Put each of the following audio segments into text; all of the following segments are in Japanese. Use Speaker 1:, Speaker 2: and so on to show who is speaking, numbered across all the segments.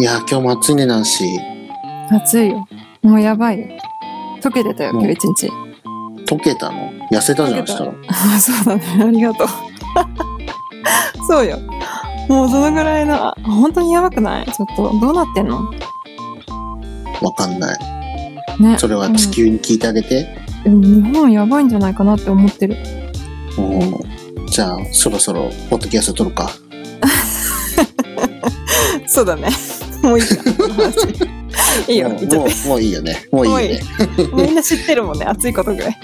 Speaker 1: いやー、今日も暑いね、ナンシ
Speaker 2: 暑いよ。もうやばいよ。溶けてたよ、今日一日。
Speaker 1: ー。溶けたの痩せたじゃ
Speaker 2: 溶
Speaker 1: ん、
Speaker 2: け
Speaker 1: したたら。
Speaker 2: あそうだね。ありがとう。 そうよ。もうそのぐらいの、あ本当にやばくないちょっと、どうなってんの
Speaker 1: わかんない。
Speaker 2: ね。
Speaker 1: それは地球に聞いてあげて。
Speaker 2: でも日本やばいんじゃないかなって思ってる。
Speaker 1: うん。じゃあ、そろそろ、ポッドキャスト撮るか。
Speaker 2: そうだね。 もういいじゃんこの話。いいよ、
Speaker 1: も
Speaker 2: いうっちゃっ
Speaker 1: もう、もういいよね。もういいよね。
Speaker 2: て。みんな知ってるもんね、暑いことぐら い。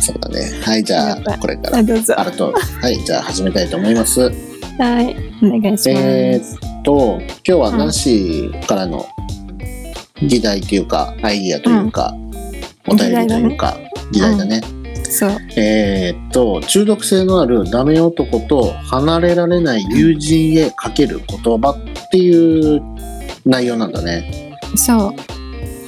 Speaker 1: そうだね。はい、じゃ
Speaker 2: やば
Speaker 1: あ、
Speaker 2: い
Speaker 1: これから
Speaker 2: は。い、どうぞ。
Speaker 1: あ
Speaker 2: は
Speaker 1: ると、はい、じゃあ始めたいと思います。
Speaker 2: い、お願いします。
Speaker 1: えーっと、今日はナンシーからの議題というか、アイディアというか、
Speaker 2: うん
Speaker 1: お便りというか、議題だね。
Speaker 2: そう。
Speaker 1: えーっと、中毒性のあるダメ男と離れられない友人へかける言葉っていう内容なんだね。
Speaker 2: そう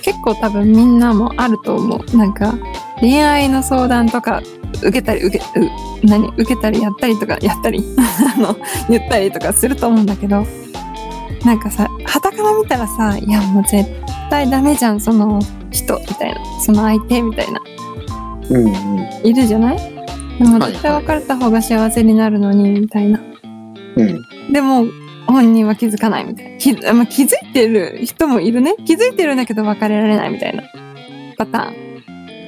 Speaker 2: 結構多分みんなもあると思うなんか恋愛の相談とか受けたり受けう何受けたりやったりとかやったり あの言ったりとかすると思うんだけどなんかさ傍から見たらさいやもう絶対ダメじゃんその人みたいなその相手みたいな
Speaker 1: うんうん。
Speaker 2: いるじゃないでも
Speaker 1: はい
Speaker 2: 絶対別れた方が幸せになるのにみたいな
Speaker 1: うん。
Speaker 2: でも本人は気づかないみたいな気,、まあ、気づいてる人もいるね気づいてるんだけど別れられないみたいなパタ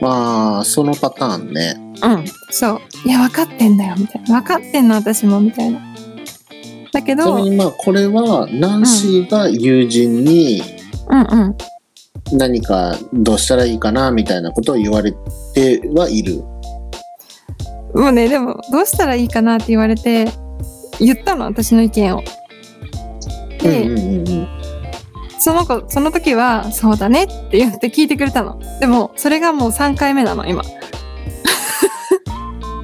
Speaker 1: まあ、そのパターンね。
Speaker 2: ーンうんそういや分かってんだよみたいな分かってんの私もみたいなだけ
Speaker 1: ちな
Speaker 2: どう
Speaker 1: み
Speaker 2: ん
Speaker 1: にまあ、これはナンシーが友人に
Speaker 2: うん
Speaker 1: 何かどうしたらいいかなみたいなことを言われてはいる。
Speaker 2: もうねでもどうしたらいいかなって言われて言ったの私の意見をで、
Speaker 1: うんうんうんうん。
Speaker 2: その子その時は「そうだね」って言って聞いてくれたのでもそれがもう3回目なの今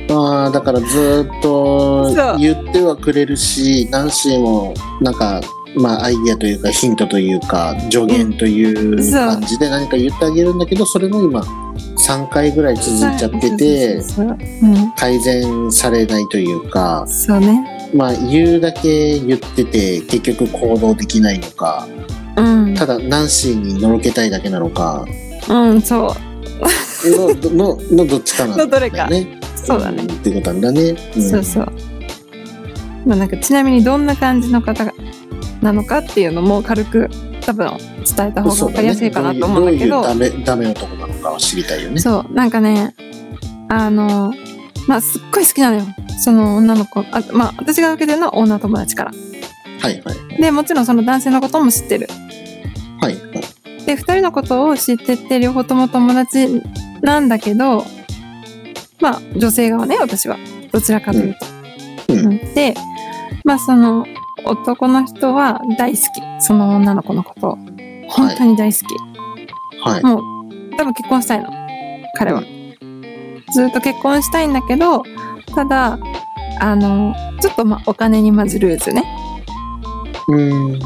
Speaker 1: まあ、だからずーっ
Speaker 2: そ
Speaker 1: と
Speaker 2: う
Speaker 1: 言ってはくれるし、ナンシーもなんか、まあ、アイディアというかヒントというか助言という
Speaker 2: そう
Speaker 1: 感じで何か言ってあげるんだけど、それも今3回ぐらい続いちゃってて、
Speaker 2: そうそうそううん
Speaker 1: 改善されないというか、
Speaker 2: そうね
Speaker 1: まあ、言うだけ言ってて結局行動できないのか、
Speaker 2: うん
Speaker 1: ただナンシーにのろけたいだけなのか、
Speaker 2: うんそう
Speaker 1: のどののどっちかなんだよね。
Speaker 2: のどれかそうだね
Speaker 1: んっていうことなんだね。ん
Speaker 2: そうそう。まあなんかちなみにどんな感じの方がなのかっていうのも軽く多分伝えた方が
Speaker 1: そう
Speaker 2: 分
Speaker 1: だ
Speaker 2: かり
Speaker 1: ね
Speaker 2: やすいかなと思うんだけど、
Speaker 1: どういうどういうダメダメ男なのかを知りたいよね。
Speaker 2: そうなんかねあのまあすっごい好きなのよその女の子あまあ私が受けてるのは女友達から
Speaker 1: はいはい
Speaker 2: でもちろんその男性のことも知ってる
Speaker 1: はいはい。
Speaker 2: で2人のことを知ってて両方とも友達なんだけどまあ女性側ね私はどちらかというと。
Speaker 1: うんうん
Speaker 2: うんでまあその男の人は大好きその女の子のことを本当に大好き、
Speaker 1: はい。
Speaker 2: もう多分結婚したいの彼は。ずっと結婚したいんだけどただあのちょっとまあお金にまずルーズね、
Speaker 1: うん。
Speaker 2: うん、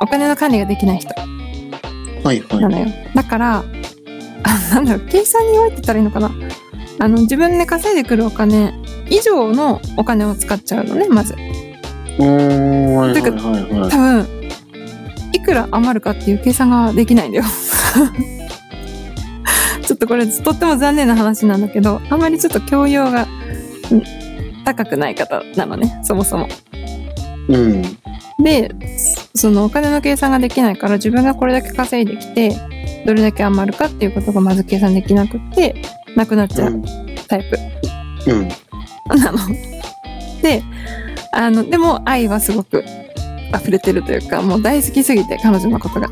Speaker 2: お金の管理ができない人。
Speaker 1: はい
Speaker 2: な
Speaker 1: はい。
Speaker 2: のよ。だから、あなんだろう、計算に弱いって言ったらいいのかな。あの、自分で稼いでくるお金以上のお金を使っちゃうのね、まず。
Speaker 1: うーん。はいは
Speaker 2: て
Speaker 1: い
Speaker 2: か
Speaker 1: はいはい。
Speaker 2: 多分、いくら余るかっていう計算ができないんだよ。 ちょっとこれ、とっても残念な話なんだけど、あまりちょっと教養が、うん高くない方なのね、そもそも。
Speaker 1: うん。
Speaker 2: でそのお金の計算ができないから自分がこれだけ稼いできてどれだけ余るかっていうことがまず計算できなくってなくなっちゃうタイプ
Speaker 1: うん。うん。
Speaker 2: なの。 であのでも愛はすごく溢れてるというかもう大好きすぎて彼女のことが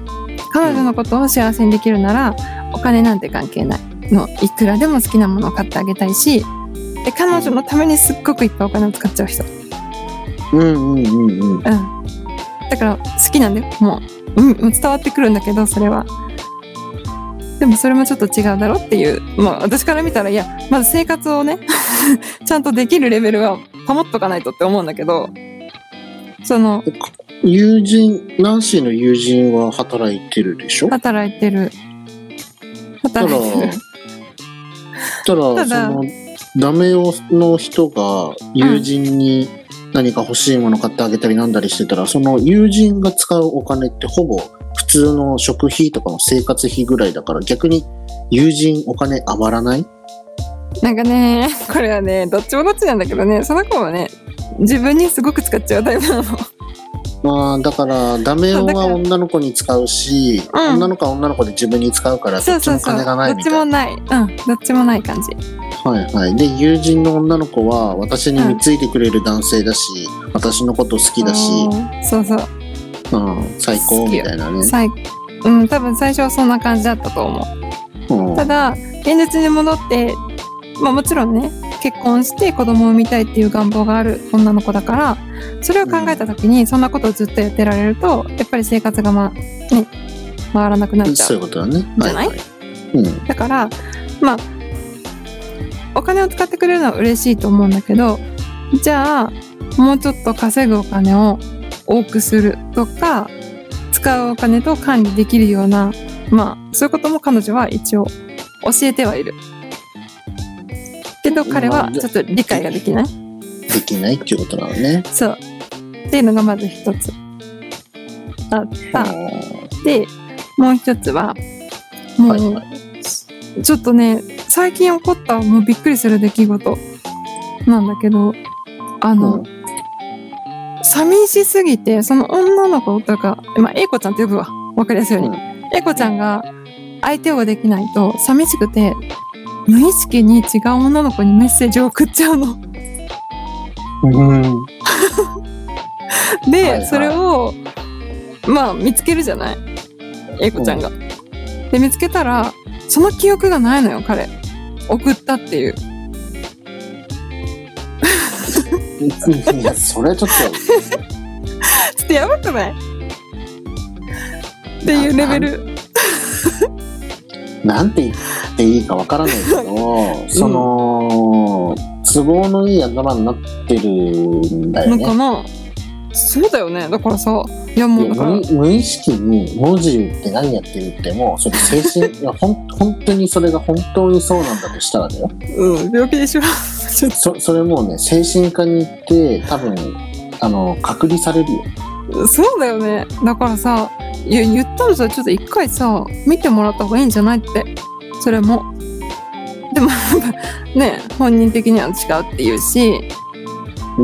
Speaker 2: 彼女のことを幸せにできるならお金なんて関係ないのいくらでも好きなものを買ってあげたいしで彼女のためにすっごくいっぱいお金を使っちゃう人。
Speaker 1: うんうんうんうん。
Speaker 2: うん。だから好きなんだよ。もう、うん、うん伝わってくるんだけど、それは。でもそれもちょっと違うだろっていう。まあ私から見たら、いや、まず生活をね、 ちゃんとできるレベルは保っとかないとって思うんだけど、その、
Speaker 1: 友人、ナンシーの友人は働いてるでしょ
Speaker 2: 働いてる。働いてる。
Speaker 1: ただ
Speaker 2: ただ
Speaker 1: そのダメ男の人が友人に何か欲しいもの買ってあげたりなんだりしてたら、その友人が使うお金ってほぼ普通の食費とかの生活費ぐらいだから、逆に友人お金余らない
Speaker 2: なんかねこれはねどっちもどっちなんだけどねその子はね自分にすごく使っちゃうタイ プなの
Speaker 1: まあ、だから、ダメ
Speaker 2: そうだか
Speaker 1: は
Speaker 2: ら
Speaker 1: 女の子に使うし、
Speaker 2: うん
Speaker 1: 女の子は女の子で自分に使うから、ど
Speaker 2: そ
Speaker 1: っ
Speaker 2: う
Speaker 1: ち
Speaker 2: そう
Speaker 1: も
Speaker 2: そう
Speaker 1: 金がない
Speaker 2: どっ
Speaker 1: み
Speaker 2: ち
Speaker 1: たい
Speaker 2: も
Speaker 1: な。
Speaker 2: ないうんどっちもない感じ
Speaker 1: はいはい。で、友人の女の子は、私に貢いでくれる男性だし、私のこと好きだし、
Speaker 2: うんそうそう
Speaker 1: うん、最高みたいなね。
Speaker 2: 最うん多分最初はそんな感じだったと思う
Speaker 1: うん
Speaker 2: ただ現実に戻って、まあ、もちろんね結婚して子供を産みたいっていう願望がある女の子だからそれを考えた時にそんなことをずっとやってられるとやっぱり生活が、まあね、回らなくなっちゃ
Speaker 1: そういう
Speaker 2: う
Speaker 1: ことだね。
Speaker 2: じゃない
Speaker 1: はいはいうん、
Speaker 2: だからまあお金を使ってくれるのは嬉しいと思うんだけどじゃあもうちょっと稼ぐお金を多くするとか使うお金と管理できるようなまあそういうことも彼女は一応教えてはいるけど彼はちょっと理解ができない
Speaker 1: できないっていうことなのね。
Speaker 2: そうっていうのがまず一つあったでもう一つは
Speaker 1: うん
Speaker 2: も
Speaker 1: はいうはい、
Speaker 2: ちょっとね最近起こったもうびっくりする出来事なんだけどあ
Speaker 1: う
Speaker 2: の、
Speaker 1: ん
Speaker 2: 寂しすぎてその女の子とか、まあ、A 子ちゃんって呼ぶわ分かりやすいように、
Speaker 1: うん
Speaker 2: A 子ちゃんが相手をできないと寂しくて無意識に違う女の子にメッセージを送っちゃうの。
Speaker 1: うん
Speaker 2: で、
Speaker 1: はいはい
Speaker 2: それをまあ見つけるじゃない A 子ちゃんが。で見つけたらその記憶がないのよ彼送ったっていう。
Speaker 1: いや、それちょっ
Speaker 2: ちょっとやばくないっていうレベル。
Speaker 1: と、なんて言っていいかわからないけど、その、都合のいい頭になってるんだ
Speaker 2: な
Speaker 1: よ
Speaker 2: んか
Speaker 1: ね。
Speaker 2: な、そうだよね。だからさ、いや
Speaker 1: い
Speaker 2: もう
Speaker 1: や
Speaker 2: だから
Speaker 1: 無、無意識に文字言って何やってるってもうそれ精神 いやほん本当にそれが本当にそうなんだとしたらだよ
Speaker 2: うん、病気でしょ。ちょっ
Speaker 1: そそれもうね精神科に行って多分あの隔離されるよ
Speaker 2: と、 そうだよね。だからさ、いや言ったのさ、ちょっと一回さ、見てもらった方がいいんじゃないって、それも。でも、 なんかね、本人的には違うって言うし、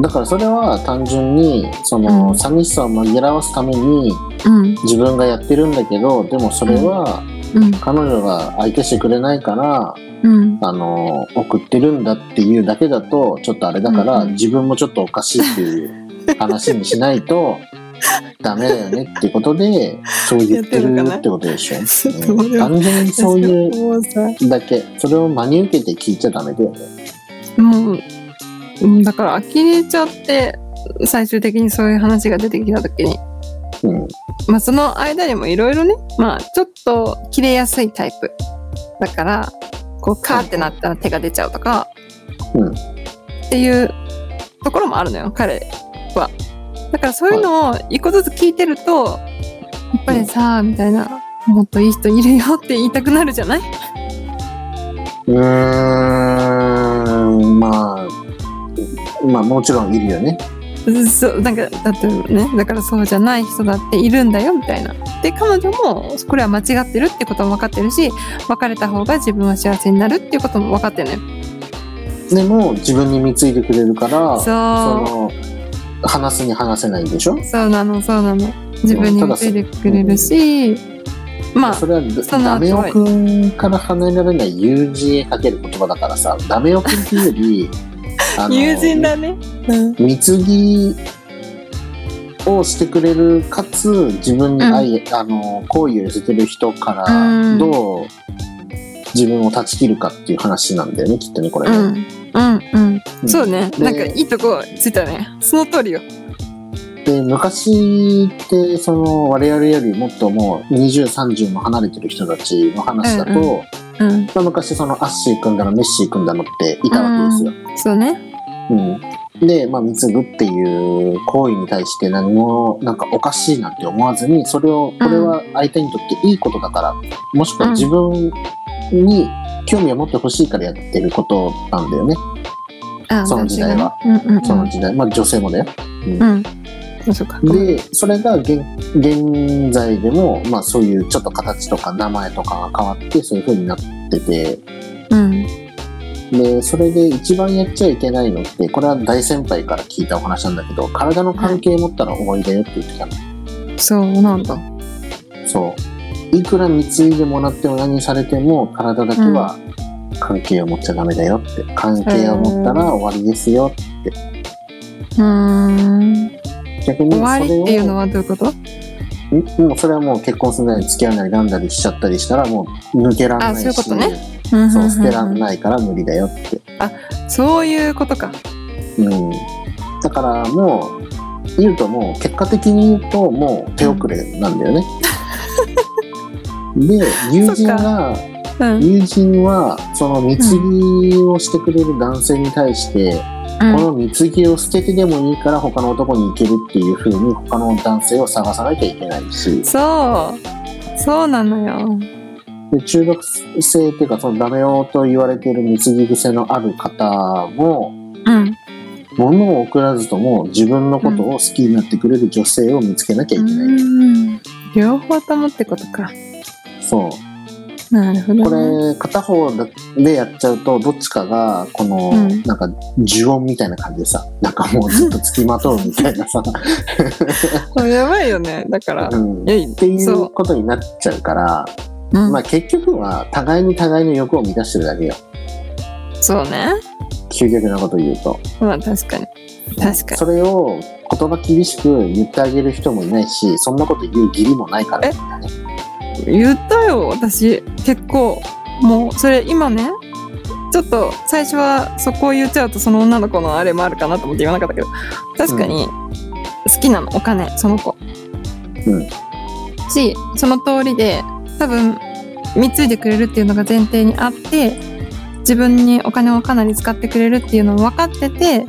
Speaker 1: だからそれは単純にその、
Speaker 2: うん
Speaker 1: 寂しさを紛らわすために
Speaker 2: うん、
Speaker 1: 自分がやってるんだけどでもそれは
Speaker 2: うん、
Speaker 1: 彼女が相手してくれないから、
Speaker 2: うん。
Speaker 1: あの送ってるんだっていうだけだとちょっとあれだから、
Speaker 2: うんうん
Speaker 1: 自分もちょっとおかしいっていう話にしない とダメだよねっていうことでそう言ってるってことでしょ。
Speaker 2: ちょっと
Speaker 1: う
Speaker 2: 待っ
Speaker 1: ん
Speaker 2: て
Speaker 1: 単純にそういう
Speaker 2: もうさ、
Speaker 1: だけそれを真に受けて聞いちゃダメだよね。
Speaker 2: もううん、だから呆れちゃって最終的にそういう話が出てきた時に、
Speaker 1: うん
Speaker 2: まあ、その間にもいろいろね、まあ、ちょっと切れやすいタイプだからこうカーってなったら手が出ちゃうとか、
Speaker 1: うん
Speaker 2: っていうところもあるのよ彼は。だからそういうのを一個ずつ聞いてると、やっぱりさみたいなもっといい人いるよって言いたくなるじゃないう
Speaker 1: ーんまあまあもちろんいるよね。
Speaker 2: そうなんかだってねだからそうじゃない人だっているんだよみたいな。で彼女もこれは間違ってるってことも分かってるし別れた方が自分は幸せになるっていうことも分かってるのよ。
Speaker 1: でも自分に貢いでくれるから
Speaker 2: そう
Speaker 1: その話すに話せないんでしょ
Speaker 2: そうなのそうなの。自分についてくれるし、まあ
Speaker 1: それは
Speaker 2: その
Speaker 1: ダメ
Speaker 2: 後
Speaker 1: オ
Speaker 2: は
Speaker 1: くんから離れられない友人へかける言葉だからさダメオくんっていうよ りあの
Speaker 2: 友人だね。うん
Speaker 1: 貢ぎをしてくれるかつ自分に愛、あの好意を寄せてる人から
Speaker 2: うん
Speaker 1: どう自分を断ち切るかっていう話なんだよねきっとねこれ
Speaker 2: う
Speaker 1: ね、
Speaker 2: んうんうん、
Speaker 1: ん
Speaker 2: そうね
Speaker 1: で
Speaker 2: なんかいいとこついたねその通りよ
Speaker 1: で昔ってその我々よりもっともう2030も離れてる人たちの話だと、
Speaker 2: うんうんうん
Speaker 1: まあ昔そのアッシー君だのメッシー君だのっていたわけですよ。
Speaker 2: そうね
Speaker 1: うん、で、まあ、貢ぐっていう行為に対して何もなんかおかしいなんて思わずにそれをこれは相手にとっていいことだから、もしくは自分に興味を持ってほしいからやってることなんだよね。
Speaker 2: あ
Speaker 1: その時代は。
Speaker 2: 私がねうんうんうん。
Speaker 1: その時代、まあ女性もだよ。
Speaker 2: うん。そうか。
Speaker 1: で、それが現現在でも、まあそういうちょっと形とか名前とかが変わって、そういう風になってて、
Speaker 2: うん。
Speaker 1: で、それで一番やっちゃいけないのって、これは大先輩から聞いたお話なんだけど、体の関係持ったら終わりだよって言ってたの。
Speaker 2: そうなんだ。
Speaker 1: そう。いくら貢いでもらっても何されても、体だけは関係を持っちゃダメだよって。関係を持ったら終わりですよ。
Speaker 2: うーん。
Speaker 1: 逆にそれ
Speaker 2: 終
Speaker 1: を
Speaker 2: わりっていうのはどういうこと
Speaker 1: んもうそれはもう結婚するなり付き合うなりなんだりしちゃったりしたらもう抜けらんないし
Speaker 2: あそういうことねうん
Speaker 1: そう捨てらん
Speaker 2: い。
Speaker 1: ないから無理だよって、
Speaker 2: そういうことか。
Speaker 1: うん、だからもう言うともう結果的に言うともう手遅れなん だよね、で友人が
Speaker 2: うん。
Speaker 1: 友人はその貢ぎをしてくれる男性に対して、この貢ぎを捨ててでもいいから他の男に行けるっていう風に他の男性を探さなきゃいけないし
Speaker 2: そう。そうなのよ。
Speaker 1: で中毒性っていうかそのダメ男と言われている貢ぎ癖のある方も
Speaker 2: うん。
Speaker 1: 物を送らずとも自分のことを好きになってくれる女性を見つけなきゃいけない、
Speaker 2: うん両方ともってことか。
Speaker 1: そう
Speaker 2: なるほど
Speaker 1: こ
Speaker 2: ね。
Speaker 1: れ片方でやっちゃうとどっちかがこの
Speaker 2: うん
Speaker 1: なんか呪音みたいな感じでさなんかもうずっとつきまとうみたいなさ、
Speaker 2: これやばいよね。だから
Speaker 1: う。んっ
Speaker 2: いや
Speaker 1: てい
Speaker 2: そう
Speaker 1: ことになっちゃうから、
Speaker 2: うん
Speaker 1: まあ結局は互いに互いの欲を満たしてるだけよ
Speaker 2: そうね。
Speaker 1: 究極なこと言うと
Speaker 2: まあ確かに。確かに。
Speaker 1: それを言葉厳しく言ってあげる人もいないしそんなこと言う義理もないから
Speaker 2: え言ったよ私結構もうそれ今ねちょっと最初はそこを言っちゃうとその女の子のあれもあるかなと思って言わなかったけど確かに好きなのお金その子
Speaker 1: うん
Speaker 2: しその通りで多分貢いでくれるっていうのが前提にあって自分にお金をかなり使ってくれるっていうのを分かってて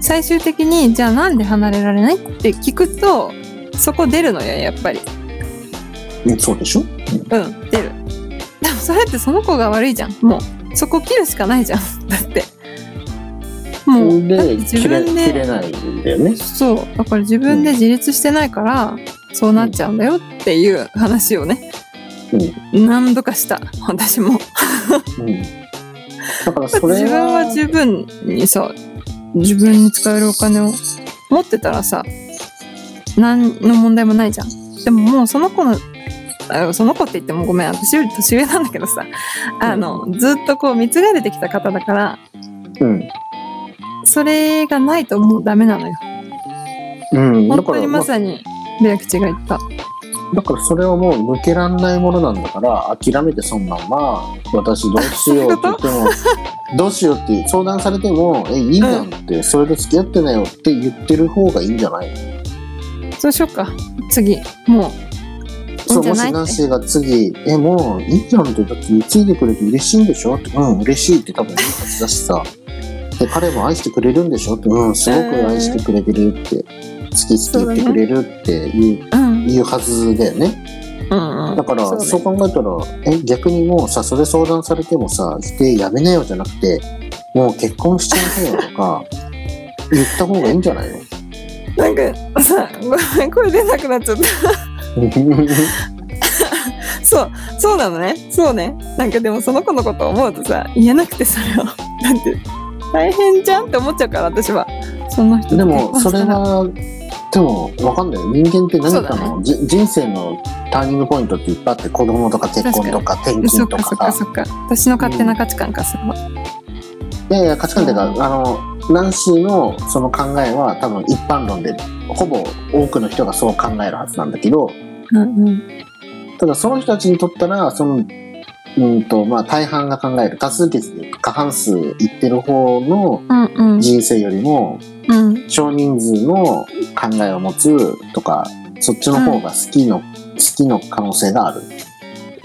Speaker 2: 最終的にじゃあなんで離れられないって聞くとそこ出るのよやっぱり
Speaker 1: うんそうでしょ
Speaker 2: うん出るでもそれってその子が悪いじゃんもうそこ切るしかないじゃん だってもうだって
Speaker 1: で
Speaker 2: 自
Speaker 1: 切れ
Speaker 2: 分
Speaker 1: 切
Speaker 2: で
Speaker 1: れないんだよね
Speaker 2: そうだから自分で自立してないから、そうなっちゃうんだよっていう話をね、何度かした私も
Speaker 1: うんだから
Speaker 2: だって
Speaker 1: それ
Speaker 2: 自分は十分にさ自分に使えるお金を持ってたらさ何の問題もないじゃんでももうその子のあその子って言ってもごめん私より年上なんだけどさあの、ずっとこう貢がれてきた方だから
Speaker 1: うん、
Speaker 2: それがないともうダメなのよ
Speaker 1: うん、だ
Speaker 2: 本
Speaker 1: か
Speaker 2: 当
Speaker 1: ら
Speaker 2: に
Speaker 1: ま
Speaker 2: ま
Speaker 1: あ
Speaker 2: さにベア吉が言った
Speaker 1: だからそれはもう抜けらんないものなんだから諦めてそんなんは私どうしようって言っても どうしようって相談されてもえいいじゃんって、それで付き合ってなよって言ってる方がいいんじゃない
Speaker 2: そうしようか次もういい
Speaker 1: そ
Speaker 2: ん
Speaker 1: う
Speaker 2: じゃ
Speaker 1: も
Speaker 2: な
Speaker 1: しナン
Speaker 2: い
Speaker 1: シーが次「えもういいじゃん」ってだって貢いでくれて嬉しいんでしょって「うん嬉しい」って多分言うはずだし さで彼も愛してくれるんでしょって「うんすごく愛してくれてる」って「好き好き」言ってくれるって言う,、
Speaker 2: うん
Speaker 1: 言うはずだよね
Speaker 2: うんうん
Speaker 1: だからそう,、
Speaker 2: そうね
Speaker 1: 考えたらえ逆にもうさそれ相談されてもさ「否定やめなよ」じゃなくて「もう結婚しちゃいなよ」と か言った方がいいんじゃないの
Speaker 2: なんかさごめん声出なくなっちゃったそう、そうなのね。そうね。なんかでもその子のことを思うとさ、言えなくてそれを。だ って、大変じゃんって思っちゃうから、私は。その人と
Speaker 1: で
Speaker 2: 結
Speaker 1: も
Speaker 2: 婚
Speaker 1: そ
Speaker 2: した
Speaker 1: れ
Speaker 2: ら
Speaker 1: はでもわかんないよ人間って何か
Speaker 2: そうだ
Speaker 1: の、じ人生のターニングポイントっていっぱいあって子供とか結婚とか転
Speaker 2: そ
Speaker 1: 勤
Speaker 2: っ
Speaker 1: と
Speaker 2: かそっか
Speaker 1: かさ
Speaker 2: そっか。私の勝手な価値観か、それは。
Speaker 1: いやいや価値観っていうか、
Speaker 2: うん
Speaker 1: あのナンシーのその考えは多分一般論でほぼ多くの人がそう考えるはずなんだけど
Speaker 2: うんうん。
Speaker 1: ただその人たちにとったらそのうんとまあ大半が考える多数決で過半数いってる方の
Speaker 2: うんうん。
Speaker 1: 人生よりも、
Speaker 2: うん。
Speaker 1: 少人数の考えを持つとかそっちの方が好きの、好きの可能性がある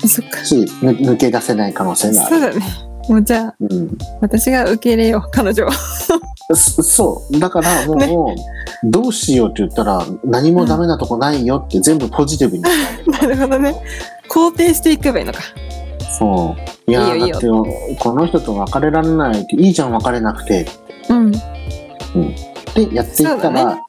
Speaker 2: そっか。
Speaker 1: しぬ抜け出せない可能性があ
Speaker 2: そう
Speaker 1: る。
Speaker 2: だね。もうじゃあ、
Speaker 1: うん、
Speaker 2: 私が受け入れよう、彼女を。
Speaker 1: そそうだからもう、どうしようって言ったら何もダメなとこないよって全部ポジティ ブに、
Speaker 2: なるほどね。肯定していけばいいのか。
Speaker 1: そういや
Speaker 2: いいよいいよ
Speaker 1: だってこの人と別れられないっていいじゃん別れなくて
Speaker 2: うん
Speaker 1: で、やっていった
Speaker 2: そうだ
Speaker 1: ら、
Speaker 2: ね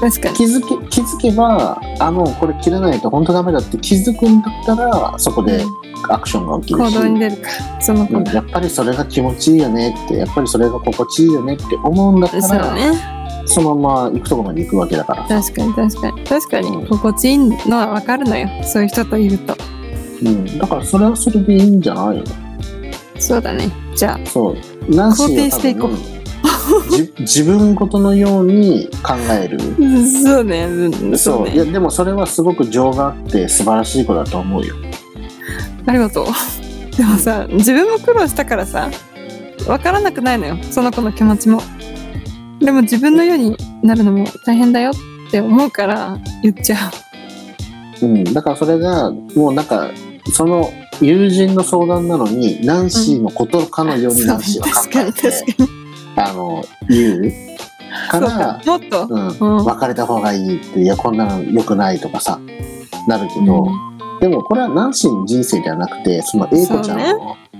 Speaker 2: 確かに
Speaker 1: 気づけ、気づけば、あ、もうこれ切らないと本当ダメだって気づくんだったら、そこでアクションが起きる
Speaker 2: 行
Speaker 1: し、
Speaker 2: 動に出るかその子
Speaker 1: うん
Speaker 2: が、
Speaker 1: やっぱりそれが気持ちいいよねって、やっぱりそれが心地いいよねって思うんだった
Speaker 2: そう
Speaker 1: ら、
Speaker 2: ね
Speaker 1: そのまま行くとこまで行くわけだから。
Speaker 2: 確かに確かに確か
Speaker 1: うん
Speaker 2: に心地いいのは分かるのよそういう人といると
Speaker 1: うん。だからそれはそれでいいんじゃないの
Speaker 2: そうだねじゃあ
Speaker 1: そう。ナンシーは多分
Speaker 2: 肯定していこう
Speaker 1: じ自分事のように考える。
Speaker 2: そうねうん
Speaker 1: そ。
Speaker 2: そうう
Speaker 1: いや、
Speaker 2: ね
Speaker 1: でもそれはすごく情があって素晴らしい子だと思うよ。
Speaker 2: ありがとうでもさ自分も苦労したからさ分からなくないのよその子の気持ちもでも自分のようになるのも大変だよって思うから言っちゃ
Speaker 1: うん。だからそれが、もうなんか、その友人の相談なのに、ナンシーのことかの
Speaker 2: う
Speaker 1: ようにナンシ
Speaker 2: そ
Speaker 1: ー
Speaker 2: う
Speaker 1: は考
Speaker 2: 確か
Speaker 1: え
Speaker 2: に
Speaker 1: て、
Speaker 2: 確かに
Speaker 1: あの、言うか
Speaker 2: そう
Speaker 1: ら
Speaker 2: か、もっと
Speaker 1: うん。
Speaker 2: うん
Speaker 1: 別れた方がいいって、いや、こんなの良くないとかさ、なるけど、
Speaker 2: う
Speaker 1: でもこれはナンシーの人生ではなくて、その英子ちゃん
Speaker 2: そ
Speaker 1: の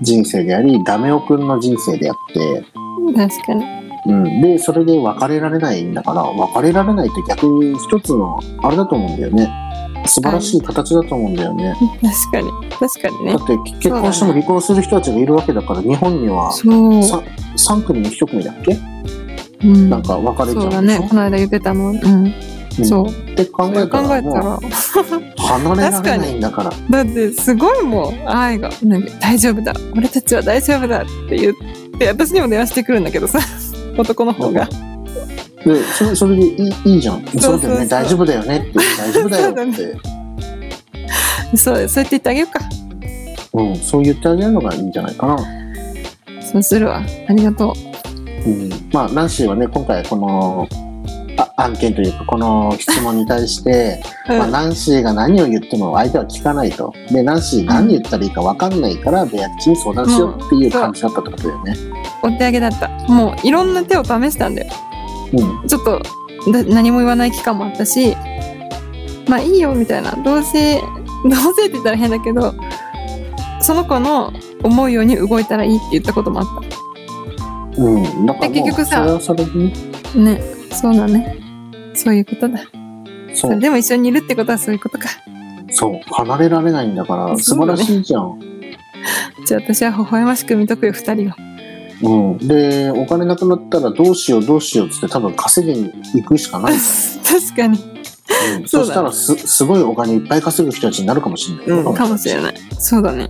Speaker 1: 人生であり、ダメオくんの人生であって、
Speaker 2: ん確かに
Speaker 1: うん。で、それで別れられないんだから、別れられないって逆に一つの、あれだと思うんだよね。素晴らしい形だと思うんだよね。
Speaker 2: 確かに確かに
Speaker 1: だ
Speaker 2: ね
Speaker 1: って結婚しても離婚する人たちがいるわけだから、日本には
Speaker 2: そう
Speaker 1: さ3組に1組だっけ、
Speaker 2: うん
Speaker 1: なんか別れちゃ
Speaker 2: そう
Speaker 1: う
Speaker 2: だ
Speaker 1: んでし
Speaker 2: ね
Speaker 1: ょ
Speaker 2: この間言ってたもんうん
Speaker 1: ん
Speaker 2: そう
Speaker 1: って考
Speaker 2: 考
Speaker 1: え
Speaker 2: え
Speaker 1: た
Speaker 2: た
Speaker 1: らもう
Speaker 2: ら
Speaker 1: 離れられないんだから
Speaker 2: だってすごいもう愛がなんか大丈夫だ俺たちは大丈夫だって言って私にも電話してくるんだけどさ 男の方が
Speaker 1: でそれそれでいいいいじゃんそう
Speaker 2: そうそう
Speaker 1: だよね大丈夫だよねって大丈夫だよってう、
Speaker 2: そうそうやって言ってあげようか
Speaker 1: ん、そう言ってあげるのがいいんじゃないかな、
Speaker 2: そうするわありがと
Speaker 1: うん、まあナンシーはね今回このあ案件というかこの質問に対して、
Speaker 2: う、うん
Speaker 1: まあ、ナンシーが何を言っても相手は聞かないとでナンシー何言ったらいいか分かんないからベアッチに相談しようっていう感じだったってことだよね、
Speaker 2: お手上げだったもういろんな手を試したんだよ
Speaker 1: うん
Speaker 2: ちょっとだ何も言わない期間もあったしまあいいよみたいなどうせ どうせって言ったら変だけどその子の思うように動いたらいいって言ったこともあっ
Speaker 1: うん、だからも
Speaker 2: で
Speaker 1: う
Speaker 2: 結局さ
Speaker 1: それはそれでね
Speaker 2: たねそうだねそういうことだ
Speaker 1: そ
Speaker 2: そうれでも一緒にいるってことはそういうことか
Speaker 1: そう離れられないんだから素
Speaker 2: そう
Speaker 1: 晴
Speaker 2: だ
Speaker 1: ら
Speaker 2: ね
Speaker 1: しいじゃん
Speaker 2: じゃあ私は微笑ましく見とくよ2人を
Speaker 1: うん、でお金なくなったらどうしようどうしようっつって多分稼ぎに行くしかない、
Speaker 2: 確かに、
Speaker 1: うん
Speaker 2: そ
Speaker 1: そう
Speaker 2: だね
Speaker 1: したらすすごいお金いっぱい稼ぐ人たちになるかもしれない、
Speaker 2: かもしれ
Speaker 1: い
Speaker 2: ないそうだね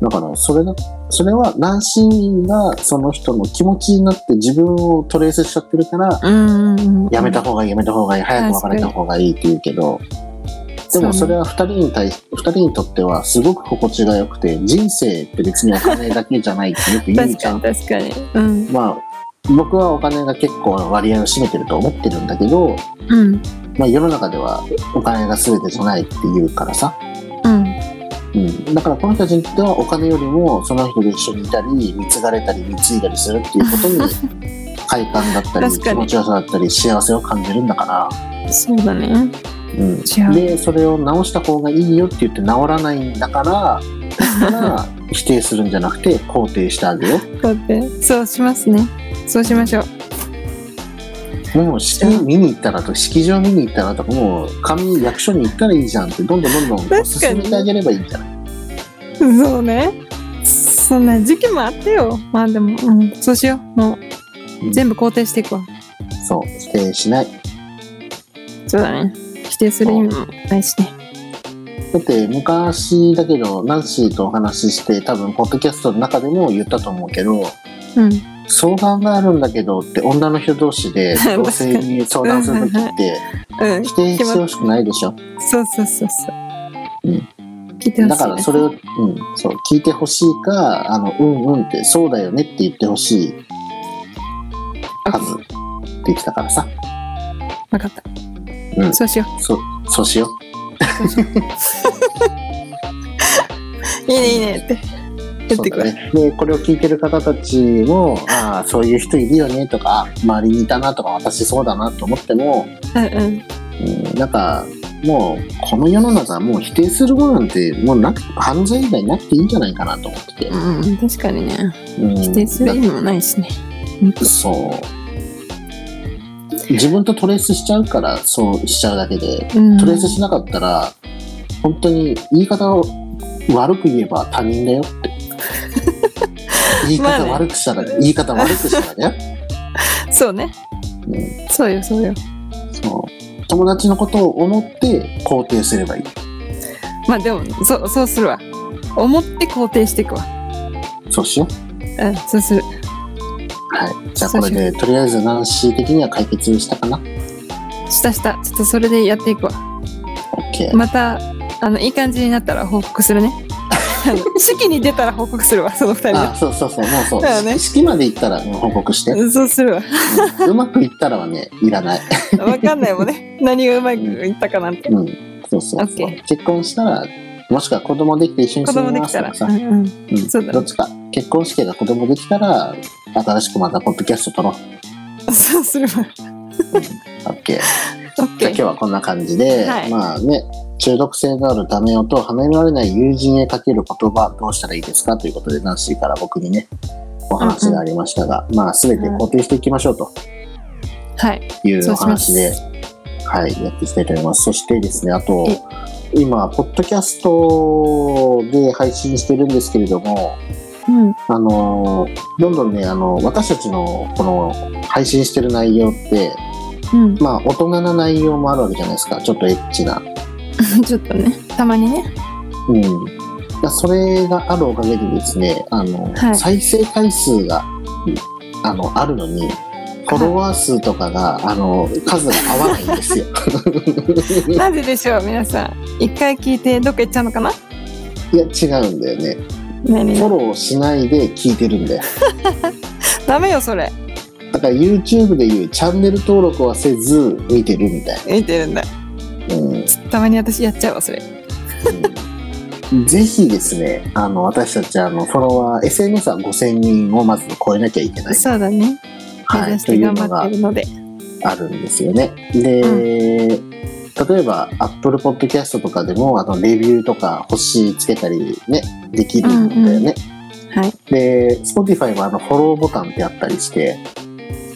Speaker 1: だからそれだそれはナンシーがその人の気持ちになって自分をトレースしちゃってるから
Speaker 2: うんうんうん
Speaker 1: やめた方がいいやめた方がいい早く別れた方がいいって言うけどでもそれ
Speaker 2: は
Speaker 1: は2人に対し二人にとってはすごく心地が良くて人生って別にお金だけじゃないってよく言う
Speaker 2: 確
Speaker 1: じゃん
Speaker 2: かに確かにうん
Speaker 1: まあ、僕はお金が結構割合を占めてると思ってるんだけど、
Speaker 2: うん
Speaker 1: まあ、世の中ではお金が全てじゃないって言うからさ、
Speaker 2: うん
Speaker 1: うん、だからこの人たちにとってはお金よりもその人と一緒にいたり貢がれたり貢いだりするっていうことに快感だったり
Speaker 2: 確か
Speaker 1: 気
Speaker 2: に
Speaker 1: 持ちよさだったり幸せを感じるんだか
Speaker 2: そうだね
Speaker 1: ら、うん、
Speaker 2: 違う
Speaker 1: でそれを直した方がいいよって言って直らないんだ からだから否定するんじゃなくて肯定してあげよう。
Speaker 2: こうやってそうしますねそうしましょう
Speaker 1: もう式見に行ったらと式場見に行ったらとかもう紙役所に行ったらいいじゃんってどんどんどんどんこう
Speaker 2: 確かに
Speaker 1: 進めてあげればいいんじゃない
Speaker 2: そうねそんな時期もあってよまあでも、うん、そうしようも
Speaker 1: う
Speaker 2: うん全部肯定していくわ
Speaker 1: そう否定しない
Speaker 2: そうだね否定する意味もないしね
Speaker 1: だって昔だけどナンシーとお話しして多分ポッドキャストの中でも言ったと思うけど
Speaker 2: うん
Speaker 1: 相談があるんだけどって女の人同士で
Speaker 2: 確かに
Speaker 1: 同性に相談する時って
Speaker 2: うん
Speaker 1: 否定してほしくないでしょ
Speaker 2: そうそうそうそう
Speaker 1: うん
Speaker 2: 聞いてほしい
Speaker 1: だからそれを、うん、そう聞いてほしいかあのうんうんってそうだよねって言ってほしい数できたからさ
Speaker 2: 分かった、
Speaker 1: うん
Speaker 2: そうしよ
Speaker 1: そそうしよう
Speaker 2: ういいねいいねって言ってくわ
Speaker 1: そうだね、でこれを聞いてる方たちもああそういう人いるよねとか周りにいたなとか私そうだなと思っても、
Speaker 2: うんうん
Speaker 1: うん、なんかもうこの世の中はもう否定することなんてもうなく犯罪以外なくていいんじゃないかなと思ってて、
Speaker 2: うん確かにね
Speaker 1: うん
Speaker 2: 否定する意味もないしね本当
Speaker 1: そう。自分とトレースしちゃうから、そうしちゃうだけで、
Speaker 2: うん
Speaker 1: トレースしなかったら、本当に言い方を悪く言えば他人だよ って。言い方悪くしたら、言い方悪くしたらね。
Speaker 2: そうね
Speaker 1: うん
Speaker 2: そうよそうよ
Speaker 1: そう。友達のことを思って肯定すればいい。
Speaker 2: まあでもそうそうするわ思って肯定していくわ
Speaker 1: そうしよ
Speaker 2: うんそうする
Speaker 1: う。はい。じゃあこれで、とりあえずナンシー的には解決したかな。
Speaker 2: したしたちょっとそれでやっていくわ
Speaker 1: OK。
Speaker 2: またあのいい感じになったら報告するねあ の式に出たら報告するわその二人
Speaker 1: あ、そうそうそう、もうそう。
Speaker 2: だよね
Speaker 1: 式まで行ったらうん報告して。
Speaker 2: でそうするわ
Speaker 1: うんうまくいったらはね、いらない。
Speaker 2: わかんないもんね何がうまくいったかなんて
Speaker 1: うん、そうそうそう
Speaker 2: OK
Speaker 1: 結婚したら、もしくは子供できて一緒に
Speaker 2: 子
Speaker 1: 住
Speaker 2: 供
Speaker 1: み
Speaker 2: で
Speaker 1: ま
Speaker 2: き
Speaker 1: す
Speaker 2: た
Speaker 1: と
Speaker 2: ら
Speaker 1: かさ、
Speaker 2: うんうん
Speaker 1: うん
Speaker 2: そうだね
Speaker 1: どっちか、結婚してが子供できたら、新しくまたポッドキャスト撮ろう。
Speaker 2: そうするわ。
Speaker 1: OK。じゃ
Speaker 2: オ
Speaker 1: あ
Speaker 2: ッケ
Speaker 1: 今日
Speaker 2: ー。
Speaker 1: はこんな感じで、
Speaker 2: はい
Speaker 1: まあね、中毒性のあるダメ男と離れられない友人へかける言葉どうしたらいいですかということで、ナンシーから僕にね、お話がありましたが、まあ全て肯定していきましょうと
Speaker 2: はい。
Speaker 1: いう
Speaker 2: そ
Speaker 1: お
Speaker 2: うしま
Speaker 1: 話
Speaker 2: す。
Speaker 1: で、はい、やっていきたいと思います。そしてですね、あと
Speaker 2: え、
Speaker 1: 今、ポッドキャストで配信してるんですけれども、
Speaker 2: うん。
Speaker 1: あのーどんどんね、あの、私たちのこの配信してる内容って、
Speaker 2: うん。
Speaker 1: まあ、大人な内容もあるわけじゃないですか。ちょっとエッチな。
Speaker 2: ちょっとね、たまにね。
Speaker 1: うん。だそれがあるおかげでですね、あの、
Speaker 2: はい
Speaker 1: 再生回数が、あの、あるのに、フォロワー数とかが、あの、数が合わないんです よ。
Speaker 2: なぜでしょう、皆さん。一回聞いて、どっか行っちゃうのかない
Speaker 1: や、違うんだよね。
Speaker 2: 何
Speaker 1: フォローしないで聞いてるんだよ。
Speaker 2: ダメよ、それ。
Speaker 1: だから YouTube でいうチャンネル登録はせず見てるみたい
Speaker 2: 見てるんだ。
Speaker 1: な。うん
Speaker 2: たまに私やっちゃうわ、それ。
Speaker 1: うんぜひですね、あの、私たち、あの、フォロワー、SNS は5000人をまず超えなきゃいけない。
Speaker 2: そうだね。目
Speaker 1: はい、
Speaker 2: 指し
Speaker 1: と
Speaker 2: て
Speaker 1: いう
Speaker 2: 頑
Speaker 1: の
Speaker 2: 張
Speaker 1: が
Speaker 2: ってるので。
Speaker 1: あるんですよね。で、例えば、Apple Podcast とかでも、あの、レビューとか、星つけたりね、できるんだよね。
Speaker 2: はい。
Speaker 1: で、Spotify は、あの、フォローボタンってあったりして、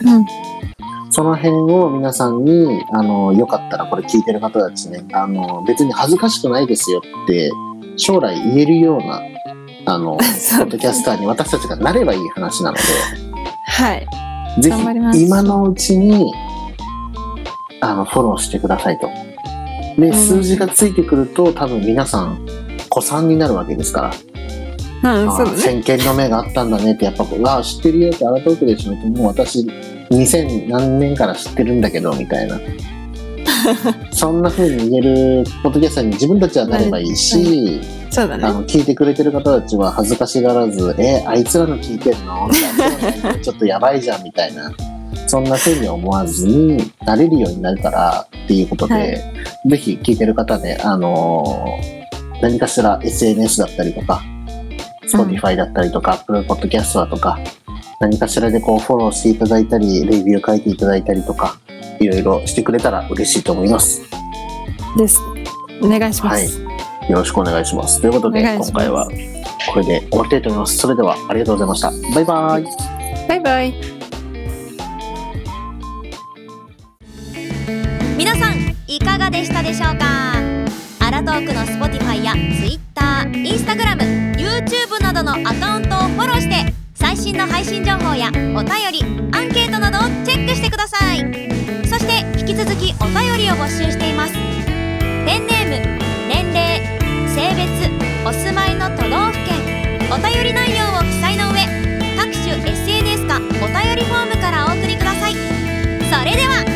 Speaker 2: うん。
Speaker 1: その辺を皆さんに、あの、よかったらこれ聞いてる方たちね、あの、別に恥ずかしくないですよって、将来言えるような、あ の、
Speaker 2: そ
Speaker 1: ポ
Speaker 2: う
Speaker 1: ッドキャスターに私たちがなればいい話なので、
Speaker 2: はい。
Speaker 1: ぜ
Speaker 2: 頑張ります
Speaker 1: ひ今のうちに、あの、フォローしてくださいと。で、
Speaker 2: ん
Speaker 1: 数字がついてくると、多分皆さん、子さんになるわけですから、
Speaker 2: うん、
Speaker 1: あ
Speaker 2: そうだ
Speaker 1: ー先
Speaker 2: ね。
Speaker 1: 見の目があったんだねって、やっぱこう、ああ、知ってるよって、あらトークでしょって、もう私、2000何年から知ってるんだけど、みた いな。そんな風に言えるポッドキャスターに自分たちはなればいいし、
Speaker 2: そうだ
Speaker 1: あ
Speaker 2: ね。
Speaker 1: の、聞いてくれてる方たちは恥ずかしがらず、え、あいつらの聞いてんのみたいなちょっとやばいじゃん、みたいな。そんな風に思わずに、なれるようになるから、っていうことで、
Speaker 2: は
Speaker 1: ぜひ聞いてる方で、あのー何かしら SNS だったりとか、Spotify だったりとか、Apple Podcast だとか、何かしらでこうフォローしていただいたり、レビュー書いていただいたりとか、いろいろしてくれたら嬉しいと思います。
Speaker 2: です。お願いしま
Speaker 1: はい
Speaker 2: す。。
Speaker 1: よろしくお願いします。ということで、
Speaker 2: お
Speaker 1: 今
Speaker 2: 願いします
Speaker 1: 回はこれで終わりたいと思います。それではありがとうございました。バイバイ。
Speaker 2: バイバイ。
Speaker 3: 皆さんいかがでしたでしょうかアラトークの Spotify や TwitterInstagramYouTube などのアカウントをフォローして最新の配信情報やお便りアンケートなどをチェックしてくださいそして引き続きお便りを募集していますペンネーム年齢性別お住まいの都道府県お便り内容を記載の上各種 SNS かお便りフォームからお送りくださいそれでは